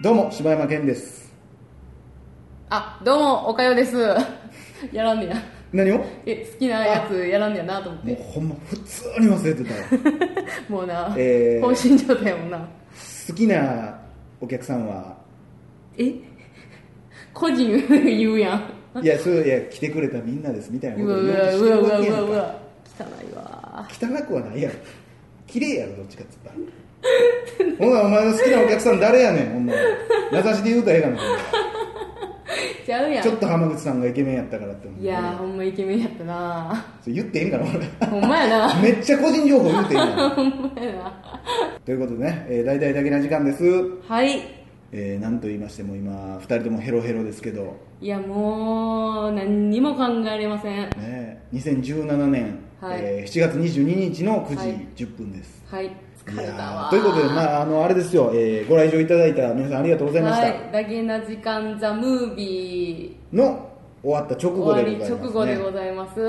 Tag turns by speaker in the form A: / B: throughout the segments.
A: どうも柴山健です
B: あどうもおかよです やらんねや
A: 何をも
B: え好きなやつやらんねやなと思っ
A: う
B: て
A: ほんま普通に忘れてたよ
B: もうな、
A: えー
B: 放心状態やもんな
A: 好きなお客さんは
B: え個人言うやん
A: いやそういや来てくれたみんなですみたいなこ
B: う
A: と
B: わ
A: を
B: う
A: 言おう
B: わ
A: とし
B: う
A: て
B: わう
A: るわ
B: わ
A: け
B: う
A: や
B: わ
A: んか
B: うわ汚いわ
A: 汚くはないやろ綺麗やろどっちかっつったらほんならお前の好きなお客さん誰やねんほんなら名指しで言うたらええがなほんなら
B: ちゃうやん
A: ちょっと浜口さんがイケメンやったからって思う
B: いやーほんまイケメンやったな
A: それ言ってええんかな俺
B: ほんまやな
A: めっちゃ個人情報言うてええやん
B: ほんまやな
A: ということでね、えー、大々だけな時間です、
B: はい
A: えー、なんと言いましても今2人ともヘロヘロですけど、
B: いやもう何にも考えれません
A: ね、2017年、
B: はい
A: えー7月22日の
B: はい
A: 9時10分です、
B: はい疲れた
A: ー
B: わ
A: ということで、まあ、あのあれですよ、えーご来場いただいた皆さんありがとうございました、
B: はい、だけな時間ザムービ
A: の終わった直
B: ー
A: 後でご
B: 終わ
A: ざい
B: り
A: ます、ね、
B: 直後でございます、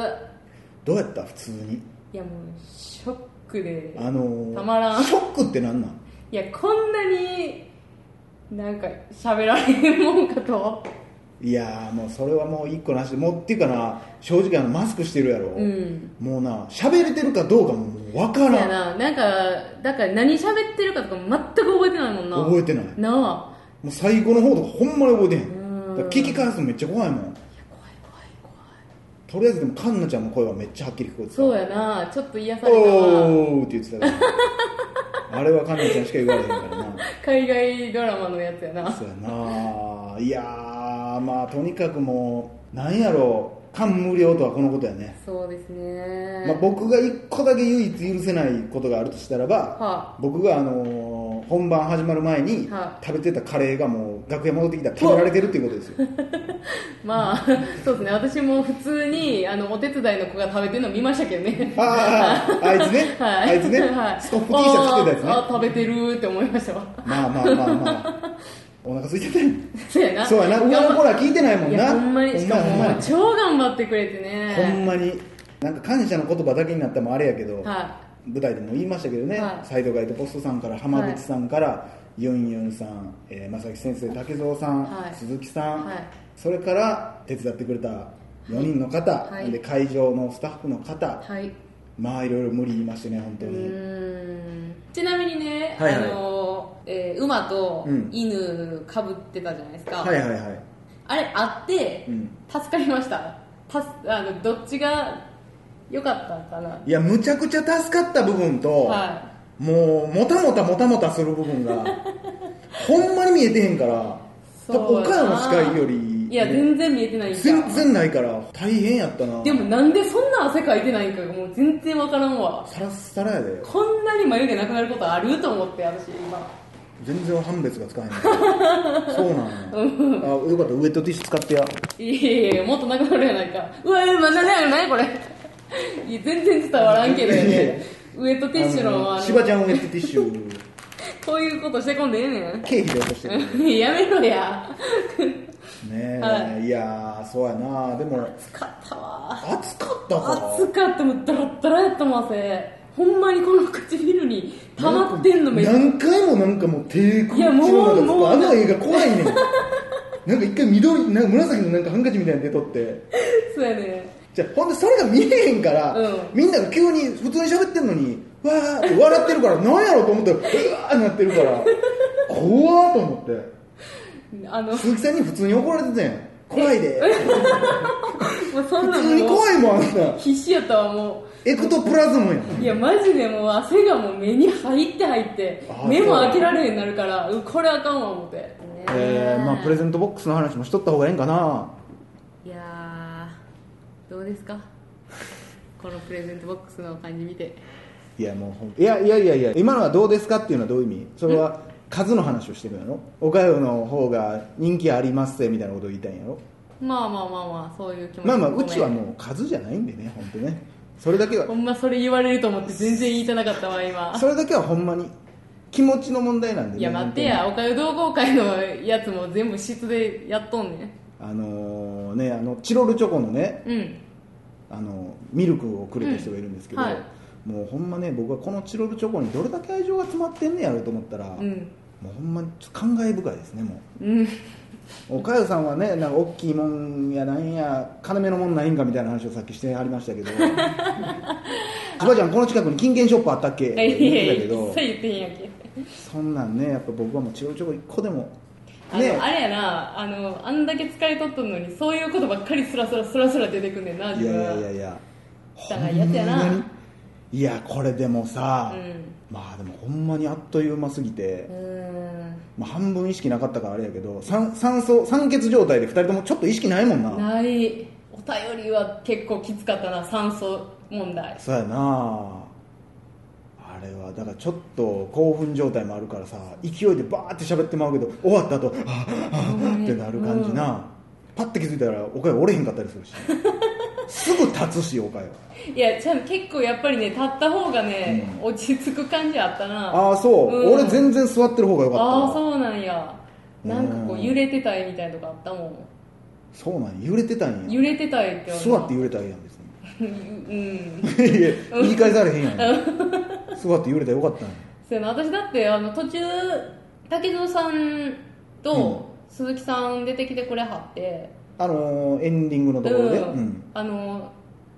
A: どうやった普通に
B: いやもうショックで
A: あのー
B: たまらん
A: ショックってなんなん
B: いやこんなになんか喋られへんもんかと
A: いやーもうそれはもう一個なしでもうっていうかな正直あのマスクしてるやろ、
B: うん
A: もうな喋れてるかどうかももう分か
B: そうや
A: らん
B: ななんかだから何喋ってるかとか全く覚えてないもんな
A: 覚えてないも
B: なあ
A: う最後の方とかほんまに覚えてへん
B: うん
A: だから聞き返すのめっちゃ怖いもんとりあえずでもカンナちゃんの声はめっちゃはっきり聞こえてた
B: そうやなちょっと癒されたわ
A: おーって言ってたから あれはカンナちゃんしか言われへんからな
B: 海外ドラマのやつやな
A: そうやないやーまあとにかくもうなんやろう感無量とはこのことやね、
B: そうですね、
A: まあ、僕が一個だけ唯一許せないことがあるとしたらば、
B: は
A: 僕があのー本番始まる前に
B: は
A: 食べてたカレーがもう楽屋戻ってきたら食べられてるっていうことですよ
B: まあ、そうですね、私も普通にあのお手伝いの子が食べてるの見ましたけどね。
A: あああああいつね、
B: はい、
A: あいつね、
B: はい、
A: ストップ T シャツ着てた
B: あ
A: や
B: ーあー食べてるーって思いましたわ。
A: つ ねまあまあまあまあお腹空いてたよ
B: そうや な。
A: そうやな上の子ら聞いてないも
B: い
A: んな
B: や、ほんまに、しかも
A: ほんま
B: も
A: や
B: う超頑張ってくれて
A: ほん
B: ね。
A: まになんか感謝の言葉だけになったもあれやけど、
B: は
A: 舞台でも言いましたけどね、
B: はい
A: サイドガイドポストさんから浜口さんから、ユンユンさん、えー、正木先生竹蔵さん、
B: はい
A: 鈴木さん、
B: はい
A: それから手伝ってくれた4人の方、
B: はい
A: で会場のスタッフの方、
B: い。はい。
A: まあいろいろ無理言いましてね本当
B: う
A: に、
B: ーん。ちなみにね、
A: はいはい
B: あのえー馬と
A: うん
B: 犬かぶってたじゃないですか。
A: はいはいはい
B: あれあって、
A: うん
B: 助かりましたたすあのどっちが良かったんかない
A: やむちゃくちゃ助かった部分と、
B: は
A: もうもたもたもたもたする部分 がほんまに見えてへんから多分岡山の司会より、
B: いや全然見えてないんか
A: 全然ないから大変やったな
B: でもなんでそんな汗かいてないんかがもう全然わからんわ
A: サラッサラやで
B: こんなに眉毛なくなることあると思って私今
A: 全然判別がつかへ んそうなんやあよかったウエットティッシュ使ってや
B: いやいやいやもっとなくなるやないかうわえまなななこれ いや全然伝わらんけどや
A: いやいや
B: ねウエットティッシュの
A: あ
B: あの
A: しばちゃんウエットティッシュ
B: こういうことしてこんでええねん
A: 経費で落としてる
B: やめろや
A: ねえ、、
B: はい
A: やーそうやなでも
B: 暑かったわ
A: 暑かったから
B: 暑かったもうダラッダラやったもん汗ほんまにこの唇に溜まってんのめっちゃ
A: 何回もなんかもう手首
B: いやもう
A: の中
B: もう
A: あの映画怖いねん なんか一回緑なんか紫のなんかハンカチみたいなの出とって
B: そうやね
A: じゃあほんでそれが見えへんから、
B: うん
A: みんなが急に普通に喋ってんのにわーって笑ってるからなんやろうと思ったらうわーなってる から怖ーと思って
B: あの
A: 鈴木さんに普通に怒られてたやん怖いで
B: もうそん
A: 普
B: なん
A: 通に
B: もう
A: 怖いもんあんた
B: 必死やったわも
A: エクトプラズムやん
B: ういやマジでもう汗がもう目に入って入って
A: あ
B: 目も
A: そう
B: 開けられへんなるからうこれあかんわ思ってね
A: えー、まあプレゼントボックスの話もしとった方がええんかない
B: やーどうですか このプレゼントボックスの感じ見て
A: いやもうほんいやいやいやいや今のはどうですかっていうのはどういう意味それは数の話をしてるんやろおかよの方が人気ありますぜみたいなことを言いたいんやろ
B: まあまあまあまあそういう気持ち
A: まあまあ
B: ごめ
A: うんちはもう数じゃないんでね本当ねそれだけは
B: ほんまそれ言われると思って全然言いたなかったわ今
A: それだけはほんまに気持ちの問題なんでね
B: いや待ってやおかゆ同好会のやつも全部質でやっとんね
A: あのーねあのチロルチョコのね
B: んうん
A: あのミルクをくれた人がいるんですけど、
B: うんはい
A: もうほんまね僕はこのチロルチョコにどれだけ愛情が詰まってんねやろうと思ったら、
B: うん
A: もうほんまにちょっと感慨深いですねも
B: うん
A: うおかゆさんはねなんか大きいもんやなんや金目のもんないんかみたいな話をさっきしてありましたけ どおばあちゃんこの近くに金券ショップあったっけっ
B: いやい
A: て言ってた
B: やいや
A: けど
B: 一切言ってへんやんけ
A: そんなんねやっぱ僕はもうチロルチョコ1個でも
B: あの、
A: ね
B: あれやなあのあんだけ疲れとったのにそういうことばっかりスラスラスラスラ出てくんねんな自
A: いや
B: 分
A: い
B: は
A: やいやいや
B: 汚いやつやな
A: ほんまにいやこれでもさ、
B: うん
A: まあでもほんまにあっという間すぎて、
B: うー
A: まあ、半分意識なかったからあれやけど酸酸素酸欠状態で2人ともちょっと意識ないもんなん
B: ないお便りは結構きつかったな酸素問題
A: そうやなあれはだからちょっと興奮状態もあるからさ勢いでバーって喋ってまうけど終わった後あああってなる感じな、パッて気づいたらおかゆ折れへんかったりするしすぐ立つしおかゆはい
B: やちゃん結構やっぱりね立った方がね、落ち着く感じあったな
A: ああそう、
B: うん
A: 俺全然座ってる方が良かった
B: あ
A: わ
B: あそうなんやなんかこ
A: う
B: うん揺れてたいみたいなとこあったも
A: そうなんや揺れてたん
B: ん
A: や
B: 揺れてたいって
A: 座って
B: う
A: 揺れたらええやん別に
B: うん
A: いや言い返されへんやん座って揺れたらよかったんや
B: そうやな私だってあの途中竹蔵さんと鈴木さん出てきてくれはって、
A: あのーエンディングのところで、う
B: うん
A: ん
B: あの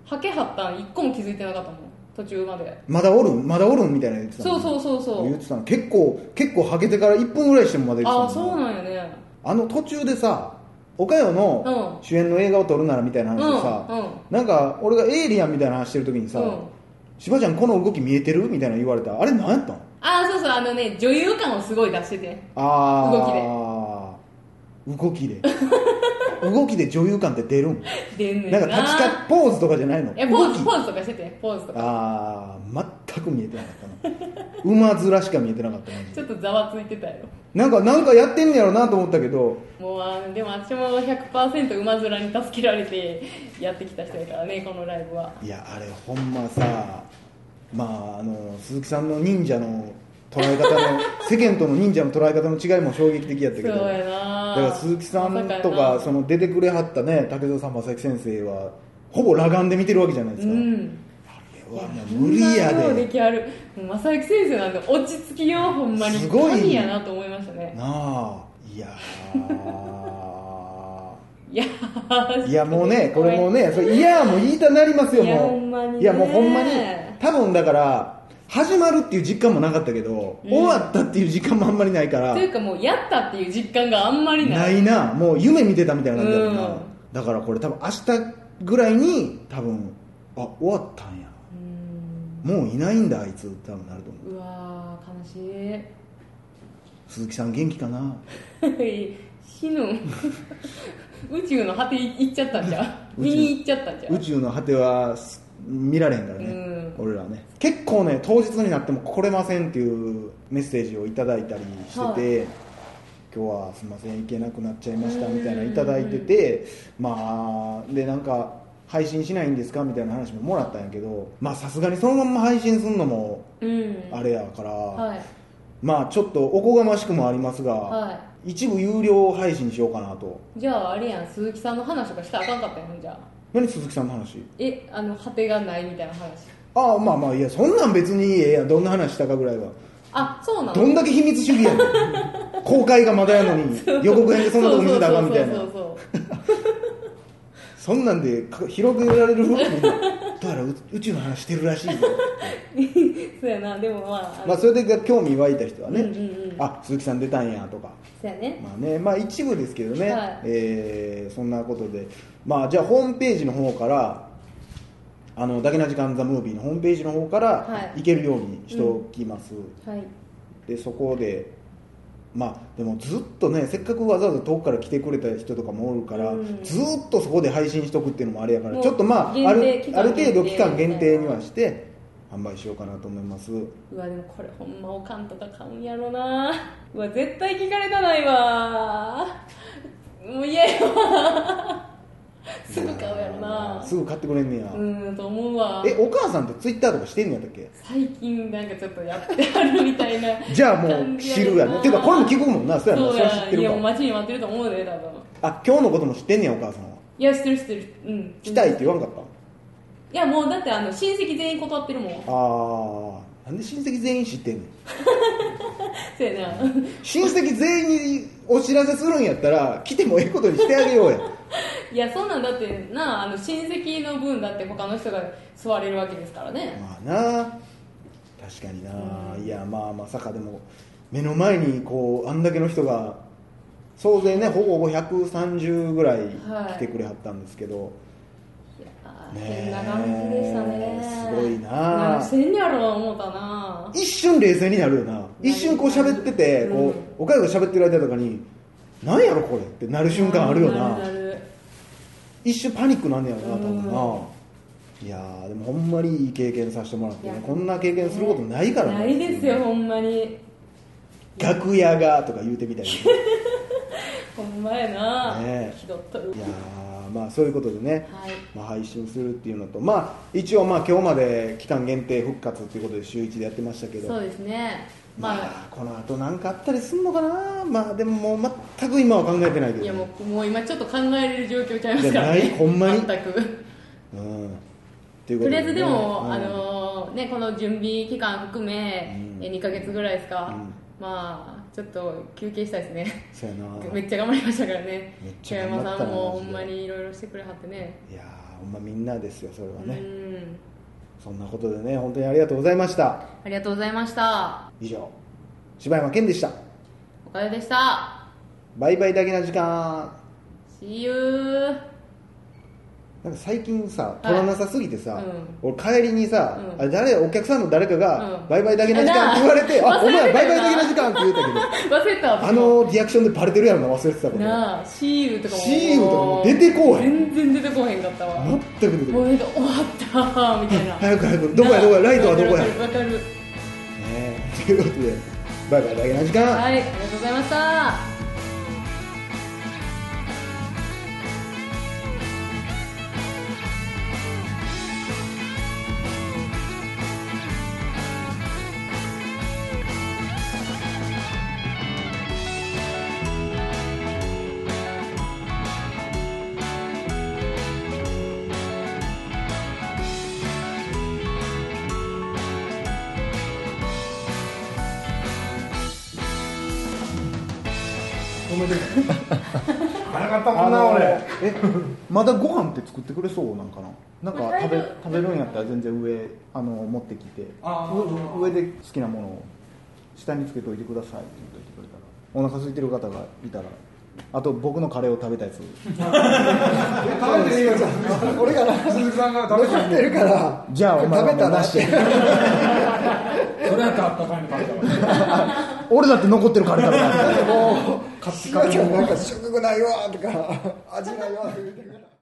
B: ハケはったん一個も気づいてなかったもん途中まで
A: まだおるんまだおるんみたいなの言ってた
B: そうそうそうそう
A: 言ってたの結構結構はけてから1分ぐらいしてもまだ言ってた
B: あ
A: もん
B: あそうなんやね
A: あの途中でさ岡山の
B: う
A: 主演の映画を撮るならみたいな話でさ、
B: うんうん
A: なんか俺がエイリアンみたいな話してる時にさ
B: うん
A: 「しば、ちゃんこの動き見えてる?」みたいな言われたあれ何やったん
B: ああそうそうあのね女優感をすごい出してて
A: ああ動きで 動きで動きで女優感って出るん
B: 出んねん
A: なんか立ちかポーズとかじゃないの
B: えポー
A: 動
B: ズ
A: き
B: ポーズとかしててポーズとか
A: ああ全く見えてなかったな馬面しか見えてなかったマジ
B: ち
A: で
B: ょっとざわついてたやろ
A: なんかなんかやってんねやろなと思ったけど
B: もうあのでも私も100%馬面に助けられてやってきた人やからねこのライブはい
A: やあれほんまさまああの鈴木さんの忍者の捉え方の世間との忍者の捉え方の違いも衝撃的やった
B: そう
A: けど
B: や
A: だ
B: な
A: から鈴木さんと
B: まさや
A: か
B: な
A: その出てくれはったね竹澤さん正木先生はほぼ裸眼で見てるわけじゃないです
B: う
A: か、
B: ん
A: うわもう無理や
B: そんな
A: で
B: 能力あるもう正行先生なんで落ち着きようほんまに
A: すごいね
B: 神やなと思いましたね
A: なあいやー
B: いや
A: いやもうね、これもうね、それいやもう言いたなりますよ、
B: いや
A: も
B: ほんまに
A: う。
B: ね
A: いやもうほんまに、多分だから、始まるっていう実感もなかったけど、
B: うん
A: 終わったっていう時間もあんまりないから
B: と、いうかもうやったっていう実感があんまりな
A: ないいな、もう夢見てたみたいな感じだもん
B: うん
A: な。だからこれ多分明日ぐらいに、多分、あ、終わったんや。
B: うん
A: もういないんだ、あいつ、多分なると思う。
B: うわー悲
A: 鈴木さん元気かな
B: しい 死ぬん宇宙の果てい行っちゃったんじゃう
A: 宇宙
B: 見に行っちゃったんじゃう
A: 宇宙の果てはす見られへんからね、
B: う
A: 俺らはね結構ね当日になっても来れませんっていうメッセージをいただいたりしてて、今日はすいません行けなくなっちゃいましたみたいなのいただいててまあでなんか配信しないんですかみたいな話ももらったんやけどまあさすがにそのまんま配信するのも
B: うん
A: あれやから、
B: はい
A: まあちょっとおこがましくもありますが、
B: は
A: 一部有料配信しようかなと
B: いじゃああれやん鈴木さんの話とかしたらあかんかったやんじゃあ
A: 何鈴木さんの話
B: えあの果てがないみたいな話
A: ああまあまあいやそんなん別にいいええやんどんな話したかぐらいは
B: あそうなの
A: どんだけ秘密主義やねん公開がまだやの に予告編でそんなとこ見せたらあかんみたいな
B: そうそうそうそう
A: そんなんでか広げられるみんなどうやらう宇宙の話してるらし いぞ
B: そう やなでもまああの
A: まあそれで興味湧いた人はね、
B: うんうんうん
A: あ鈴木さん出たんやとか
B: そうやね
A: まあねまあ一部ですけどね、
B: はい
A: えーそんなことでまあじゃあホームページの方からあのだけな時間ザムービーのホームページの方か
B: は
A: ら
B: い
A: 行けるようにしておきます、
B: はい
A: でそこでまあでもずっとねせっかくわざわざ遠くから来てくれた人とかもおるから、
B: うん
A: ずっとそこで配信しとくっていうのもあれやから
B: もう
A: ちょっとまああ
B: 限
A: るあ
B: 定期間
A: る程度
B: 限定
A: 期間限定にはして販売しようかなと思います
B: うわでもこれほんまおかんとか買うんやろなうわ絶対聞かれたないわもう嫌やわすぐ買うやろな
A: すぐ買ってくれんねや、
B: うーんと思うわ
A: えお母さんってツイッターとかしてんのやったっけ
B: 最近なんかちょっとやってあるみたいな
A: じゃあもう知るやねていうかこれも聞くもんなそうやな
B: そう
A: それは知
B: や
A: って
B: い
A: る
B: やもう
A: か
B: 待ちに待ってると思うで多分
A: あ今日のことも知ってんねやお母さんはい
B: や知ってる知ってるうん
A: 来たいって言わんかった
B: いやもうだってあの親戚全員断ってるもん
A: ああなんで親戚全員知ってんねん
B: そうやな
A: 親戚全員にお知らせするんやったら来てもええことにしてあげようや
B: いやそんなんだってなあの親戚の分だって他の人が座れるわけですからね
A: まあな確かにな、
B: うん
A: いやまあまさかでも目の前にこうあんだけの人が総勢ねほぼ130ぐらい
B: はい
A: 来てくれはったんですけど、
B: いやー
A: ねえ
B: 変な感じでしたね
A: すごいな
B: 何してんやろう思ったな
A: 一瞬冷静になるよな一瞬こう喋ってて、
B: うん
A: こうおかゆが喋ってる間とかに何やろこれってなる瞬間あるよな
B: なるる
A: 一瞬パニックなんねやろな多分な、
B: う
A: いやーでもほんまにいい経験させてもらって
B: い
A: ね
B: や
A: こんな経験することないからね
B: ないですよほんまに
A: 楽屋がとか言うてみたいな
B: ほんまやな
A: ねえ
B: 気取っとる
A: いやーまあそういうことでね、
B: はい
A: まあ、配信するっていうのとまあ一応まあ今日まで期間限定復活っていうことで週1でやってましたけど
B: そうですね
A: ま
B: ま
A: あ、
B: あ
A: この後何かあったりすんのかなまあでももう全く今は考えてないけど
B: い
A: ね
B: やもうもう今ちょっと考えれる状況ちゃいますから
A: いや
B: ね
A: ないほんまに
B: 全く
A: うんという
B: とりあえずでも、
A: うん
B: あのね、この準備期間含め、
A: うん
B: え2か月ぐらいですか、
A: うん
B: まあちょっと休憩したいですね
A: そうやな
B: めっちゃ頑張りましたからね
A: めっち
B: 北
A: ゃ頑張
B: 山
A: ったな
B: さんもほ
A: マジで
B: んまにいろいろしてくれはってね
A: いやーほんまみんなですよそれはね、
B: うん
A: そんなことでね本当にありがとうございました
B: ありがとうございました
A: 以上柴山健でした
B: おかよでした
A: バイバイだけな時間
B: See you
A: なんか最近さ
B: い
A: 取らなさすぎてさ、
B: うん
A: 俺帰りにさ、
B: うん
A: あれ誰お客さんの誰かが
B: う
A: 「
B: ん
A: バイバイだけな時間」って言われて「
B: なあ
A: あお前
B: 忘れて
A: バイバ
B: たよ
A: イ
B: な
A: だけな時間」って言ったけど
B: 忘れた
A: あのリアクションでバレてるやろな忘れてたこと
B: なあ See you とかも
A: See you とかも出てこうへん
B: 全然出てこうへんかったわ
A: 全く出て
B: も
A: こ
B: う
A: ない
B: なんか終わったみたいな
A: 早く早くどこやどこやライトはどこや
B: わかるわかる
A: ねえということでバイバイだけな時間、
B: はい、ありがとうございました。
A: おめでとう
C: 早かったもんな俺
A: えまだご飯って作ってくれそうなんかななんか食べ食べるんやったら全然上あの持ってきて
C: あ
A: う上で好きなものを下につけといてくださいって言っといてくれたらお腹空いてる方がいたらあと僕のカレーを食べたやつ
C: 食べていいよ
A: 俺がな
C: 鈴木さんが食べていい
A: てるからじゃあお前食べたなして
C: それやったらあったかいの買ったから
A: 俺だって残ってるカレー食べた
C: もう買ってから
A: なんか食ないわとか味ないわって言ってるから